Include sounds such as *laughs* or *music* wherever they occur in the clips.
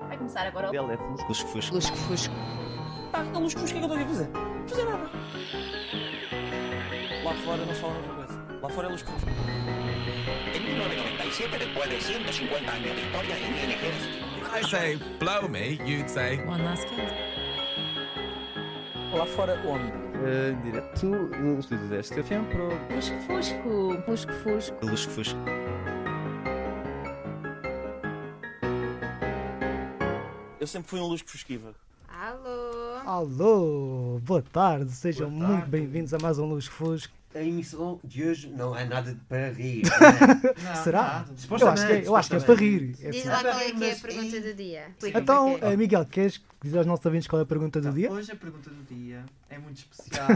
vai começar agora. dela é fusco. Fusco, fusco. Lusco, fusco. Pá, na luz, mas o que é que eu estou aqui a fazer? Não fazer nada. Lá fora não falam outra coisa. Lá fora é luz cruz. En 1997, después de 150 años de historia en INGs. I say, blow me, you'd say. One last kiss. Lá fora onde? Eh, Em direto eh, do estúdio deste um tempo. Fusco, fusco. Fusco, fusco. Fusco, fusco. Eu sempre fui um luz fusquiva. Alô. Alô, boa tarde, sejam Boa muito tarde. bem-vindos a mais um Luz Fusco. A emissão de hoje não há nada de para *laughs* rir. Não, Será? nada. Eu acho, que é, eu acho que é para rir. É Diz assim. lá qual é que é a Mas, pergunta ei. do dia. Explica-me Então, porquê. eh, Miguel, queres dizer aos nossos ouvintes qual é a pergunta do Então, dia? Hoje a pergunta do dia é muito *laughs* especial.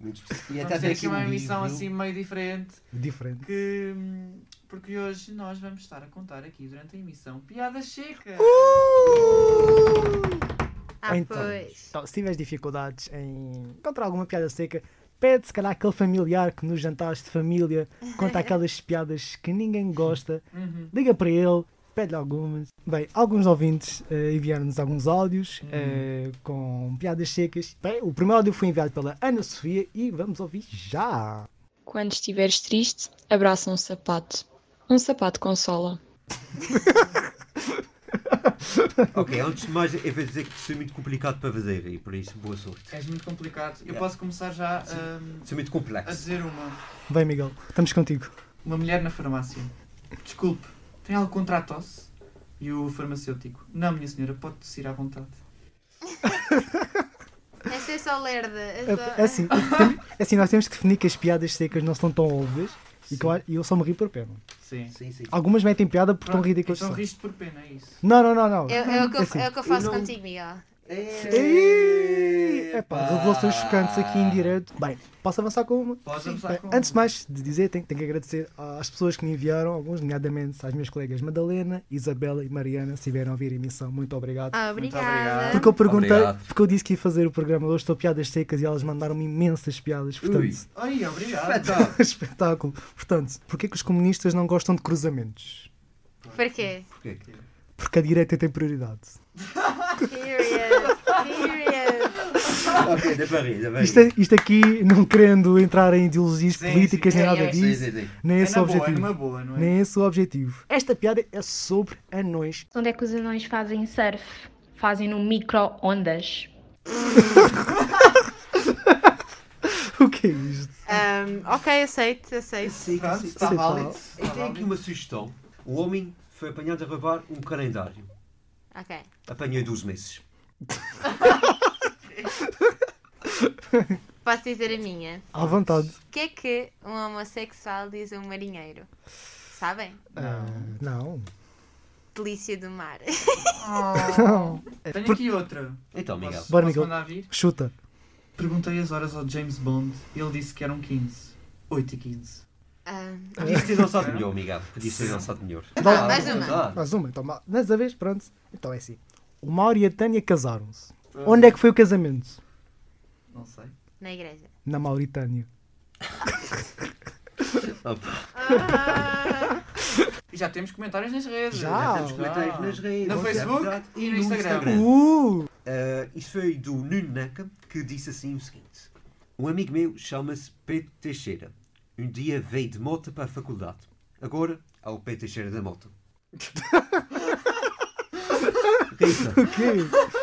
Muito específico. É, E até tá tem Vamos ter aqui uma um emissão livro. assim meio diferente. Diferente. Que. hum, Porque hoje nós vamos estar a contar aqui durante a emissão Piada Checa. Uh! Ah, Então. pois. Então, se tiveres dificuldades em encontrar alguma piada seca, pede se calhar aquele familiar que nos jantares de família *laughs* conta aquelas piadas que ninguém gosta, Uhum. liga para ele, pede-lhe algumas. Bem, alguns ouvintes eh, enviaram-nos alguns áudios Uhum. eh, com piadas secas. Bem, o primeiro áudio foi enviado pela Ana Sofia e vamos ouvir já. Quando estiveres triste, abraça um sapato. Um sapato consola. Ok, antes de mais, eu vou dizer que isso é muito complicado para fazer e por isso, boa sorte. És muito complicado. Eu Yeah. posso começar já hum, Isso é muito a complexo. dizer uma. Bem, Miguel, estamos contigo. Uma mulher na farmácia. Desculpe, tem algo contra a tosse? E o farmacêutico. Não, minha senhora, pode tossir à vontade. Essa é só lerda. é É, só- é assim, tem- é assim, nós temos que definir que as piadas secas não são tão óbvias e que eu, a- e eu só me rio por pena. Sim. Sim, sim. Algumas metem piada porque estão Pronto, ridículas. Então são. riste por pena, é isso. Não, não, não, não. É, é o que eu, Assim. é o que eu faço Eu não- contigo, Miguel. É Epá, revelações chocantes aqui em direto. Bem, posso avançar com uma? Podes avançar Bem, com uma. Antes de mais de dizer, tenho, tenho que agradecer às pessoas que me enviaram, alguns, nomeadamente às minhas colegas Madalena, Isabela e Mariana, se vieram a ouvir a emissão. Muito obrigado. Ah, Muito obrigada. Porque eu perguntei, Obrigado. porque eu disse que ia fazer o programa hoje, estou piadas secas e elas mandaram-me imensas piadas, portanto, *laughs* é Ai, obrigado. Espetáculo. espetáculo. Portanto, porquê que os comunistas não gostam de cruzamentos? Porquê? Porquê que- Porque a direita tem prioridade. Period. Period. Ok, dá para rir, dá para rir. Isto, é- isto aqui, não querendo entrar em ideologias Sim, políticas sim. nem É, nada é, disso, Sim, sim, sim. nem É esse na o boa, é objetivo. numa boa, não é? Nem esse é o objetivo. Esta piada é sobre anões. Onde é que os anões fazem surf? Fazem no micro-ondas. *laughs* O que é isto? Um, ok, aceito, aceito. Sim, Pronto, sim. está Sim, válido. tá. está Eu tenho aqui válido. uma sugestão. Um homem foi apanhado a roubar um calendário. Ok. Apanhei 12 meses. Posso dizer a minha. À vontade. O que é que um homossexual diz a um marinheiro? Sabem? Ah, não. Delícia do mar. *laughs* Tenho aqui outra. Então, Miguel. Posso, Bora, posso Miguel. mandar vir? Chuta. Perguntei as horas ao James Bond. Ele disse que eram 15. 8 e 15. Um, Ah. Podia ter dançado melhor, Miguel. Podia ter dançado melhor. Ah, mais uma. dá. Mais uma, então. ma- Dessa vez, pronto. Então é assim. O Mauro e a Tânia casaram-se. Onde é que foi o casamento? Não sei. na igreja. Na Mauritânia. Opa, E já temos comentários nas redes. Ah, Já. Temos comentários nas redes. No é Facebook verdade, e no Instagram. Uh! Uh, isso foi do Nuno Neca que disse assim o seguinte: Um amigo meu chama-se Pedro Teixeira. Um dia veio de moto para a faculdade. Agora há o Pedro Teixeira da moto. Rita, isso Que?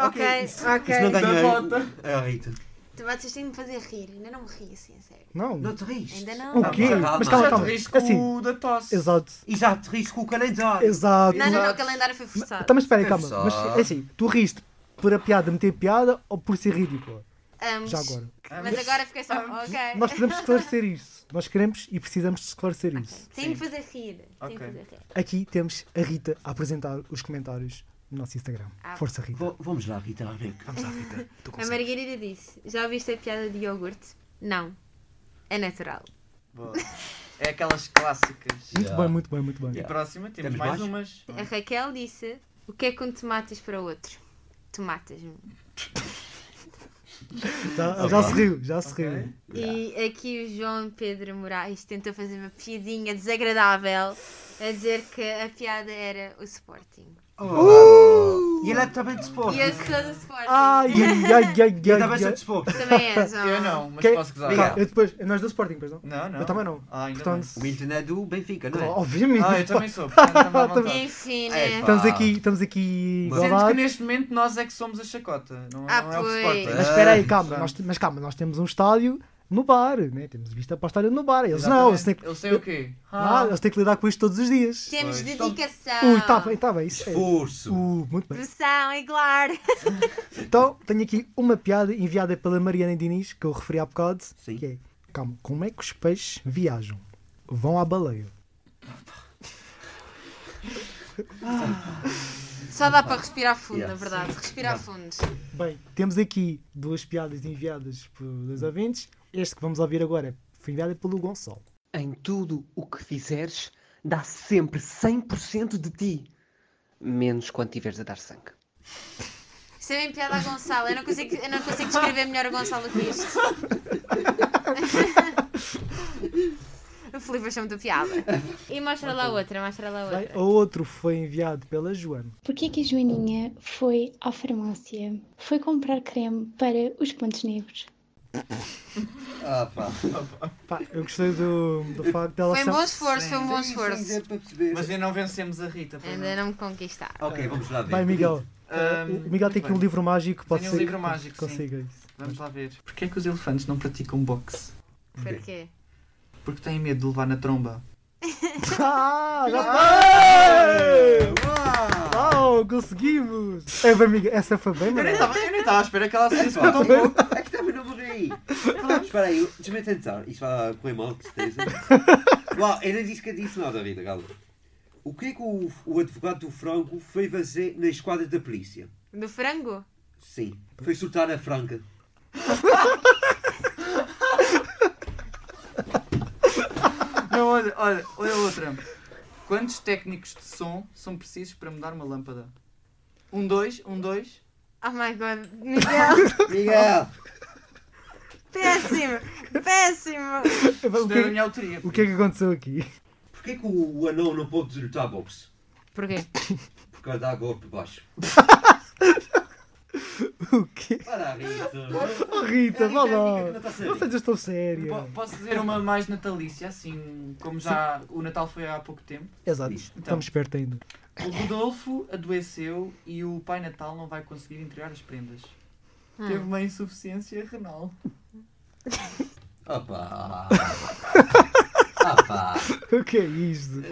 Ok, ok. não Da ganha moto. a Ah, Rita. Tu vocês têm de me fazer rir. Ainda não me ri assim, a sério. Não. Não te riste. Ainda não. O Calma, Tá quê? calma. Mas calma, Já te calma. riste com Assim. o da tosse. Exato. E já te riste com o calendário. Exato. Não, não, não, Exato. o calendário foi forçado. Então, mas espera aí, calma. Exato. Mas é assim, tu riste por a piada meter piada ou por ser ridícula? Ambos. Já agora. Ah, Mas é. agora fiquei só. Ok. Nós podemos esclarecer isso. Nós queremos e precisamos de esclarecer isso. Tem de fazer rir. Tem Ok. de fazer rir. Aqui temos a Rita a apresentar os comentários no nosso Instagram. Ah. Força, Rita. V- vamos lá, Rita. Vamos lá, Rita. A Margarida disse: Já ouviste a piada de iogurte? Não. É natural. Boa. É aquelas clássicas. Muito bem, muito bem, muito bem. E próxima temos, Temos mais, mais? umas. A Raquel disse: O que é que um tomate diz para o outro? Tomates. Já, já se riu, já se riu. Ok. E aqui o João Pedro Moraes tentou fazer uma piadinha desagradável a dizer que a piada era o Sporting. Oh. E ele é também de esporte. E eu sou do Sporting. Ai, ai, ai, ai, ai. E ele também ai. é de esporte. Também és, ó. Eu não, mas Quem- posso gozar. Diga. Eu depois, nós do Sporting, pois não? Não, não. Eu também não. Ah, ainda Portanto, O Milton é do Benfica, não claro, é? Oh, obviamente. não. Ah, eu também sou. portanto, estava à vontade. Enfim, É, né? pá. *laughs* Estamos aqui, estamos aqui Mas- Sendo que igualados. neste momento nós é que somos a chacota. Não, Ah, não é o pois. Sporting. Mas espera aí, Ah, calma, pronto. nós, te- mas calma, nós temos um estádio no bar, né? temos vista para o estádio no bar. Eles não, eles têm, Exatamente. que, Eles têm o quê? ah, eles têm que lidar com isto todos os dias. Temos dedicação. Ui, tá bem, tá bem, isso é. Esforço. Uh, muito bem. Pressão, é claro. Então, tenho aqui uma piada enviada pela Mariana Diniz, que eu referi há bocado, Sim. que é, calma, como é que os peixes viajam? Vão à baleia. Só dá para respirar fundo, Yeah. na verdade. Respirar fundo. Bem, temos aqui duas piadas enviadas pelos ouvintes. Este que vamos ouvir agora foi enviado pelo Gonçalo. Em tudo o que fizeres, dá sempre 100% de ti, menos quando tiveres a dar sangue. Isto é bem piada a Gonçalo. Eu não consigo, eu não consigo descrever melhor o Gonçalo que isto. o Filipe achou muito piada. E mostra lá outra, mostra lá Bem, outra. o outro foi enviado pela Joana. Porquê que a Joaninha foi à farmácia? Foi comprar creme para os pontos negros. Ah, pá. Pá, eu gostei do, do facto dela Foi um ser- bom esforço, foi um bom Sim, sim, é esforço. para perceber. Ah. Mas ainda não vencemos a Rita. pois Ainda não me conquistaram. Ok, vamos lá ver. Bem, Miguel. Ahm, o Miguel tem aqui um Hum, bem. livro mágico, pode Tenho um ser livro que mágico, sim. consiga isso. *laughs* Vamos lá ver. Porquê é que os elefantes não praticam boxe? Porquê? Porque têm medo de levar na tromba. Ah, já Uau! Oh, conseguimos! É bem, Miguel, essa foi bem, é? Eu mano. nem estava à espera que *laughs* ela se disse Pá, tão pouco. É que também não morri. Espera aí, deixa-me tentar. Isto vai correr mal, de certeza. Uau, eu nem disse que eu disse nada, vida, galera. O que é que o, o advogado do Franco foi fazer na esquadra da polícia? Do frango? Sim, foi soltar a franca. Não, olha, olha, olha outra. Quantos técnicos de som são precisos para mudar uma lâmpada? Um, dois, um, dois. Oh my god, Miguel, *laughs* Miguel! péssimo, péssimo. Isto O é da que, minha autoria. o que é que aconteceu aqui? *laughs* Porquê que o, o anão não pode lutar boxe? Porquê? Porque ele dá golpe baixo. O quê? Para a *laughs* Rita. Oh, É, Rita, vá Não lá! está tá sério. Não sejas tão séria. Po- Posso dizer uma mais natalícia, assim como já o Natal foi há pouco tempo? Exato, Diz, então. estamos perto ainda. *laughs* O Rodolfo adoeceu e o Pai Natal não vai conseguir entregar as prendas. Ah. Teve uma insuficiência renal. *laughs* Opa! Opa! O que é isto?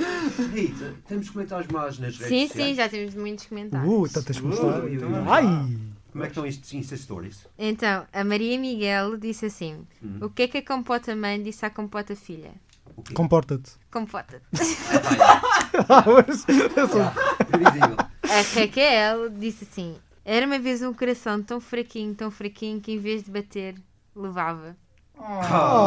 Rita, temos comentários mais nas redes Sim, sociais. sim, já temos muitos comentários. Uh, então tens de mostrar. Ui, então vamos lá. Ai! Como é que estão estes Insta Stories? Então, a Maria Miguel disse assim: Hum. O que é que a compota mãe disse à compota filha? Comporta-te. *laughs* Compota. Ah, mas- *laughs* eu sou- é Previsível. A Raquel disse assim: Era uma vez um coração tão fraquinho, tão fraquinho, que em vez de bater, levava. Ah. Ah,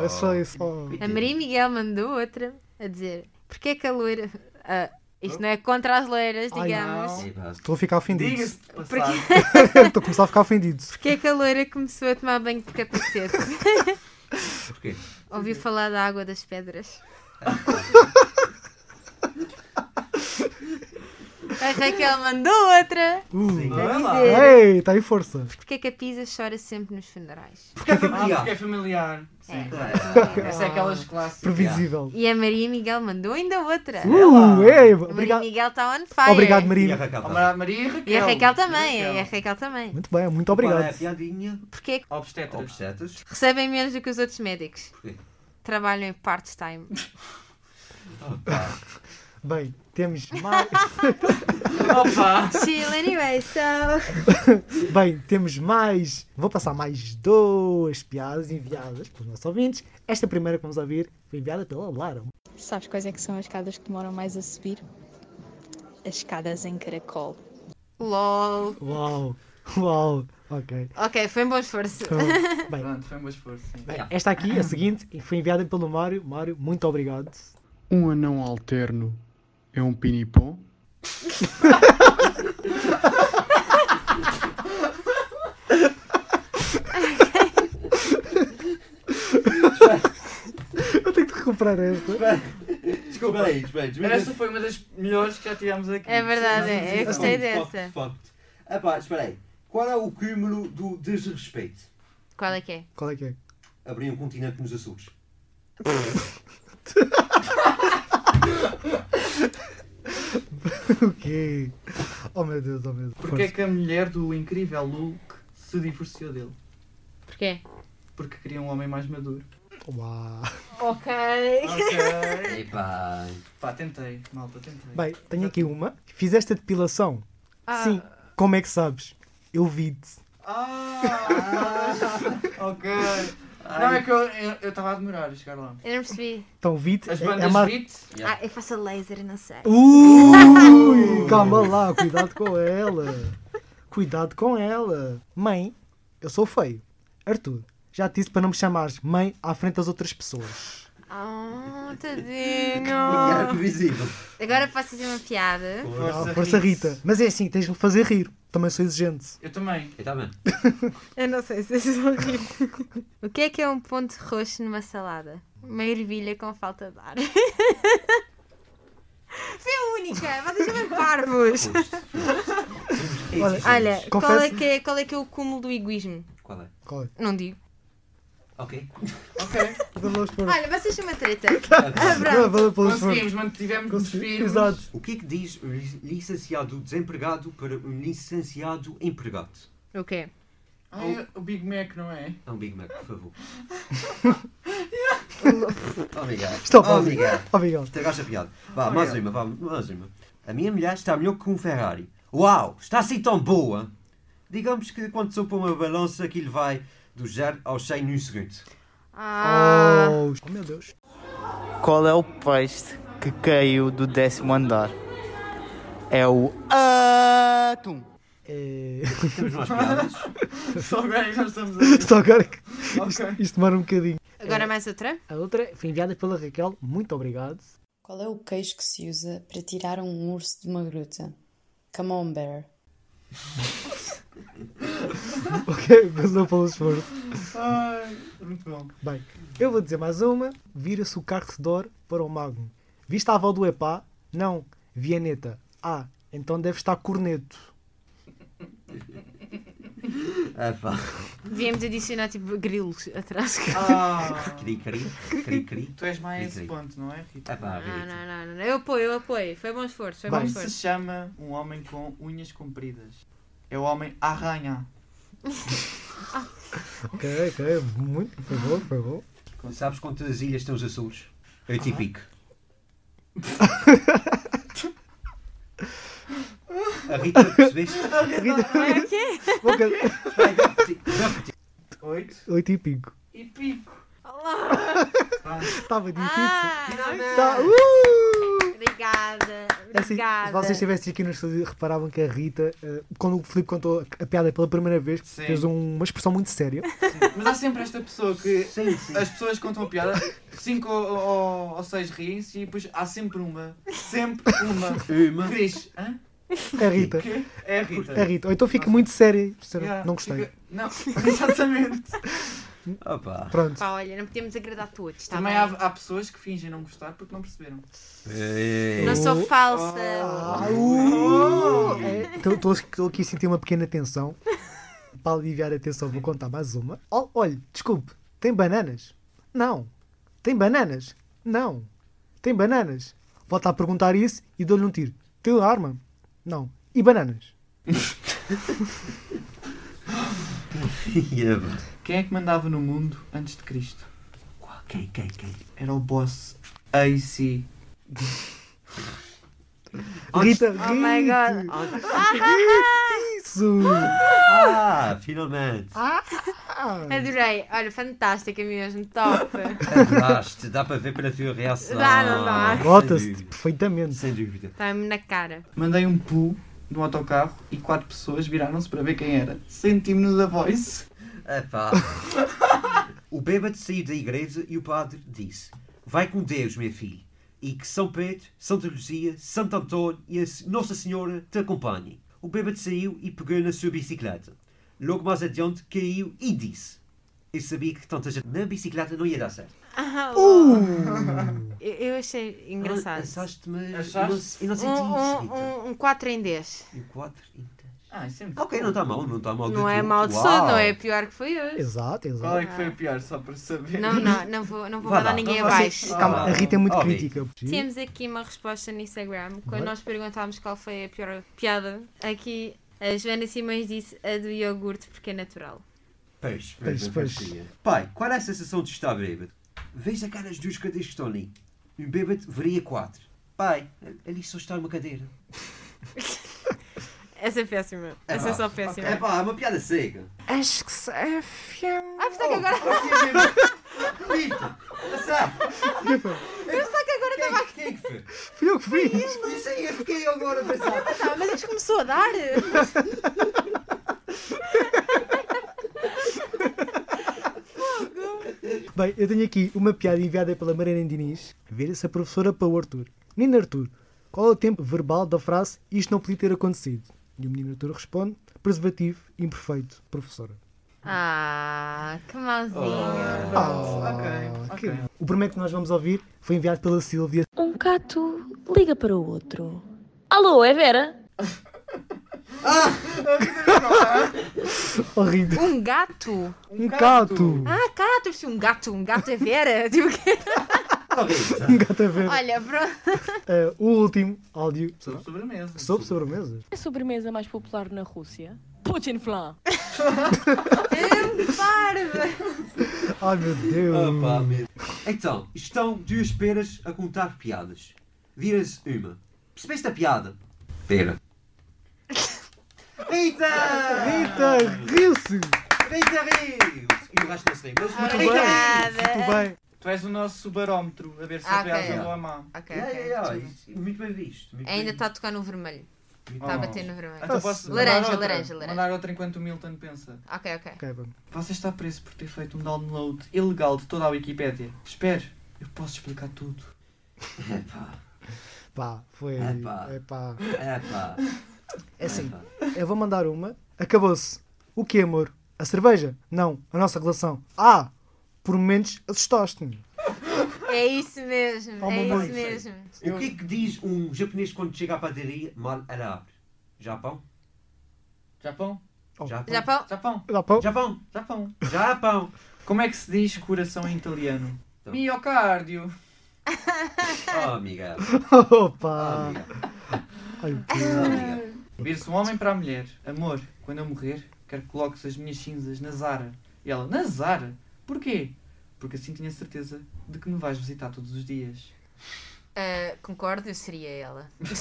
Oh, é só isso. Oh. A Maria Miguel mandou outra a dizer: Porquê é que a loira. Ah, isto não é contra as loiras, Ai, digamos. Epá, Estou a ficar ofendido. Diga-se de passagem. *laughs* Ah, Estou a começar a ficar ofendido. Porquê é que a loira começou a tomar banho de capacete? Porquê? Ouviu falar da água das *laughs* pedras. A Raquel mandou outra Uh. é Olha a Ah, lá. dizer. Ei, está em força. Porquê que a Pisa chora sempre nos funerais? Porque é Ah, porque é familiar. familiar. Sim. É. Essa é aquelas clássicas. Previsível. E a Maria Miguel mandou ainda outra. Uh, ei, A Maria obrigado. Miguel está on fire. Obrigado, E a Maria. Raquel? A Mara- Maria e Raquel. E a Raquel também, é. e a Raquel. Raquel também. Muito bem, muito Qual é a obrigado. piadinha? Porquê que Obstetras. Obstetas. recebem menos do que os outros médicos? Porquê? Trabalham em part-time. Bem, temos mais, Opa! *laughs* Chill anyway, so... bem, temos mais. Vou passar mais duas piadas enviadas pelos nossos ouvintes. Esta primeira que vamos ouvir foi enviada pela Lara. Sabes quais é que são as escadas que demoram mais a subir? As escadas em caracol. LOL. Uau, uau, ok. Ok, foi um bom esforço. Então, bem, Pronto, foi um bom esforço. sim. esta aqui, a seguinte, foi enviada pelo Mário. Mário, muito obrigado. Um anão alterno é um pinipom? Eu tenho que recuperar esta. Desculpa. Espera aí, espera aí, desmenta- Esta foi uma das melhores que já tivemos aqui. É verdade, Sim, sim, é. Eu sim. gostei Fuck, dessa. fuck. Ah pá, espera aí. Qual é o cúmulo do desrespeito? Qual é que é? Qual é *laughs* que é? Abrir um continente nos Açores. o quê? Oh meu Deus, oh meu Deus. Porquê é que a mulher do incrível Luke se divorciou dele? Porquê? Porque queria um homem mais maduro. Uau. Ok. *laughs* Ok. Epá. Pá, tentei, malta, tentei. Bem, tenho aqui uma. Fizeste a depilação? Ah. Sim. Como é que sabes? Eu vi-te. Ah! *laughs* ok. Não, é que eu eu estava a demorar a chegar lá. Eu não percebi. Então, vi-te As é, bandas é uma... beat? Ah, eu faço laser, não sei. Ui, calma lá, cuidado com ela. Cuidado com ela. Mãe, eu sou feio. Arthur, já te disse para não me chamares mãe à frente das outras pessoas. *laughs* Ah, Piada tadinho. previsível. Agora faço assim uma piada. Força, Ah, força Rita. Mas é assim, tens de me fazer rir. Também sou exigente. Eu também. Está bem. Eu não sei se vocês vão rir. *laughs* O que é que é um ponto roxo numa salada? Uma ervilha com falta de ar. *laughs* Fui a única! Vocês são bem parvos! Olha, Olha, qual é, Confesso- que é, qual é que é o cúmulo do egoísmo? Qual é? Qual é? Não digo. Ok. *laughs* Ok. Vamos por- Olha, vocês são uma treta. Ah, Abraço. vamos por- Conseguimos, mantivemos nos firmes. Exato. O que é que diz o lic- licenciado desempregado para um licenciado empregado? O quê? Ai, o Big Mac, não é? É um Big Mac, por favor. Obrigado. Estou a Obrigado. Obrigado. Estragaste a piada. Vá, mais uma, vá, mais uma. A minha mulher está melhor que um Ferrari. Uau, está assim tão boa. Digamos que quando sou para uma balança que lhe vai do 0 ao 100 num segundo. Ah, Oh, oh, meu Deus. Qual é o peixe que caiu do décimo andar? É o atum. *laughs* É... Temos mais piadas. Só agora é que nós estamos a ver. Só agora é que Ok. isto demora um bocadinho. agora mais outra? A outra foi enviada pela Raquel. Muito obrigado. Qual é o queijo que se usa para tirar um urso de uma gruta? Come on, bear. *laughs* Ok, passou pelo esforço. Ai, muito bom. Bem, eu vou dizer mais uma. Vira-se o carcedor para o mago. Viste a avó do Epá? Não. Vianeta. Ah, então deve estar corneto. Ah, pá. Devíamos adicionar tipo grilos atrás. Ah, Cri, cri, cri, cri. tu és mais Cri, esse cri. ponto, não é, Ah, Rita? pá, Não, Rita. não, não, não, não. Eu apoio, eu apoio. Foi bom esforço, foi bom Bem. Como é se esforço. chama um homem com unhas compridas? É o homem arranha. Ok, ok. Muito. Foi bom, foi bom. Sabes quantas ilhas tem os Açores? É tipo Eu te pico. A Rita, percebeste? Ok. Oito Oito e pico. e pico. Estava difícil. Ah, não, não. Tá, uh! Obrigada, É assim, obrigada. se vocês estivessem aqui no estúdio, reparavam que a Rita, eh, quando o Filipe contou a piada pela primeira vez, Sim. fez um- uma expressão *laughs* muito séria. Mas há sempre esta pessoa que Sim, sim. as pessoas contam a piada, cinco ou, ou- ou seis riem-se e depois há sempre uma, sempre uma Uma. que diz, hã? É a Rita. O quê? É a Rita. É a Rita. Ou então fica muito séria. Perceberam? Yeah, Não gostei. fica- Não, *laughs* exatamente. Opa. *laughs* Pronto. Ah. Pá, olha, não podemos agradar todos, está Também bem? há, há pessoas que fingem não gostar porque não perceberam. Não Oh. sou falsa. Ah, uh! É, então Estou estou aqui a sentir uma pequena *laughs* tensão. Para aliviar a tensão, vou contar mais uma. Oh, olha, desculpe, tem bananas? Não. Tem bananas? Não. Tem bananas? Volta a perguntar isso e dou-lhe um tiro. Tem arma? Não. E bananas? Yeah, bro. Quem é que mandava no mundo antes de Cristo? Quem, quem, quem? Era o boss AC. Rita, Oh my Rita, god. isso! Ah, finalmente. Oh. Adorei. Olha, fantástica mesmo. Top. Acabaste. Dá para ver pela tua reação. Dá, não dá. Sem Nota-se dúvida. perfeitamente. Sem dúvida. Está-me na cara. Mandei um pu de um autocarro e quatro pessoas viraram-se para ver quem era. Senti-me no da voice. Epá. o bêbado saiu da igreja e o padre disse: Vai com Deus, meu filho, e que São Pedro, Santa Luzia, Santo Antônio e a Se- Nossa Senhora te acompanhem. O bêbado saiu e pegou na sua bicicleta. Logo mais adiante caiu e disse: Eu sabia que tanta gente na bicicleta não ia dar certo. Ah, Uh! lol. Eu, eu achei engraçado. Achaste-me Achaste? um, inocente um, um, um 4 em 10. E o 4 em 10. Ah, isso é muito Ok, não está mal, não está mal de Não é tudo. mal de Uau. todo, não é pior que foi hoje. Exato, exato. Qual é que foi o pior, só para saber? Ah. Não, não, não vou, não vou Vá mandar lá. ninguém Então Não, você- abaixo. calma, Ah, a Rita é muito crítica. Temos aqui uma resposta no Instagram. Quando Bora. nós perguntámos qual foi a pior piada, aqui a Joana Simões disse a do iogurte porque é natural. Peixe, Peixe, peixe, peixe. peixe. Pai, qual é a sensação de estar bêbado? Veja cá nas duas cadeiras que estão ali. Um bêbado varia 4. Pai, ali só está uma cadeira. Essa é péssima. Essa é só péssima. É pá, é uma piada seca. Acho que se é fiam. Ah, pensava que agora. Oh, assim é Eu pensava que agora estava aqui. Quem é que foi? Fui eu que fiz. Isso aí, eu fiquei agora a pensar. *laughs* Ah, mas a gente começou a dar. Bem, eu tenho aqui uma piada enviada pela Mariana Diniz. Ver se a professora para o Arthur. Menino Arthur, qual é o tempo verbal da frase isto não podia ter acontecido? E o menino Arthur responde: preservativo imperfeito, professora. Ah, que mauzinho. Que- O primeiro que nós vamos ouvir foi enviado pela Silvia. Um gato liga para o outro. Alô, é Vera? Ah. Horrível. Um gato? Oh, Um gato. Ah, gato. Se um gato, um gato é vera. *laughs* Tipo, que... Um gato a ver. Olha, pronto. Eh, o último áudio. Sobre sobremesas. Sobre sobremesas. É A sobremesa mais popular na Rússia? Putin flan. É um Ai meu Deus. Opa, meu. Hum. Então, estão duas peras a contar piadas. Vira-se uma. Percebeste a piada? Pera. Rita! Rita, riu-se! Rita riu E o resto não sei. Mas muito bem. Muito bem. Tu és o nosso barómetro, a ver se Ah, a piada ok. é boa ou má. Ok, ok. Yeah, yeah, yeah. Muito bem visto. muito bem Oh, Ainda tá- está a tocar no vermelho. Está a bater no vermelho. Então posso mandar laranja, outra? laranja, laranja. Mandar outra enquanto o Milton pensa. Ok, ok. Você está preso por ter feito um download ilegal de toda a Wikipédia. Espere, eu posso explicar tudo. Pá, foi. Epá. Epá. Epá. É assim, Ah, eu vou mandar uma. Acabou-se. O que, amor? A cerveja? Não, a nossa relação. Ah, por menos assustaste-me. É isso mesmo, Oh, é mamãe. isso mesmo. O que é que diz um japonês quando chega à padaria? Mal ela abre. Japão? Japão? Japão? Japão? Japão. Japão? *laughs* Japão? Japão. Japão. Como é que se diz coração em italiano? Miocárdio. Oh, amiga. Oh, Ah, Opa! Ai, o Vira-se um homem para a mulher. Amor, quando eu morrer, quero que coloques as minhas cinzas na Zara. E ela, na Zara? Porquê? Porque assim tenho a certeza de que me vais visitar todos os dias. Ah, concordo, eu seria ela. quê?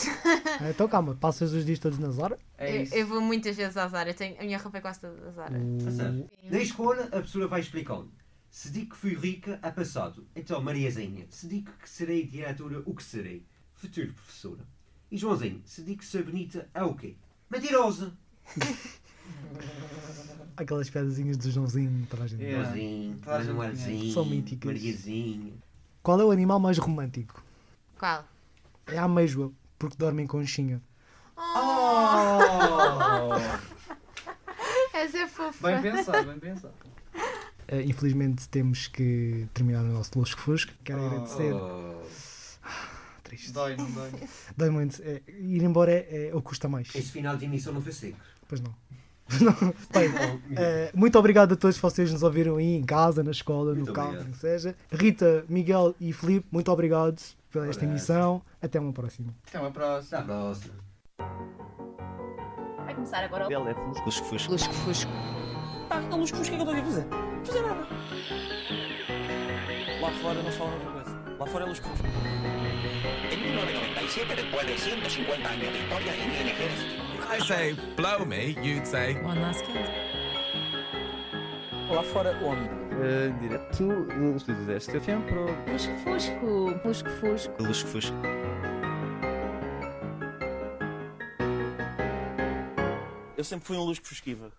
Então calma, passas os dias todos na Zara? É eu, eu vou muitas vezes à Zara, eu tenho, a minha roupa é quase toda da Zara. Hum. Tá certo. Na escola, a pessoa vai explicando. Se digo que fui rica, é passado. Então, Mariazinha, se digo que serei diretora, o que serei? Futuro professora. E Joãozinho, se digo que sou bonita, é o quê? Mentirosa. Aquelas pedazinhas do Joãozinho para a gente. Yeah. Joãozinho, Toda a gente Manuelzinho, São míticas. Mariazinha. Qual é o animal mais romântico? Qual? É a amêijoa, porque dorme em conchinha. Essa é fofa. Bem pensado, bem *laughs* pensado. Eh, infelizmente temos que terminar o nosso Lusco Fusco. Quero Ah. agradecer. Triste. Dói, não dói. Dói muito. Eh, ir embora é, é o que custa mais. Este final de emissão não foi seco. Pois não. Pois não. Bem, eh, muito obrigado a todos vocês que nos ouviram aí em casa, na escola, no Muito carro, obrigado. que seja. Rita, Miguel e Filipe, muito obrigado pela esta Ora, emissão. Até uma próxima. Até uma Então, próxima. Até à próxima. Vai começar agora Bela é Lusco Fusco. Lusco Fusco. Tá, na Lusco Fusco o que é que eu estou aqui a fazer? Não fazer nada. Lá fora não falam outra coisa. Lá fora é Lusco Fusco. En 1997, después de 150 años de historia en INGs. I say, blow me, you'd say. One last kiss. Lá fora onde? Em direto dos estúdios da STFM para o Lusco Fusco. Lusco Fusco. Lusco Fusco. Eu sempre fui um Lusco Fusquiva.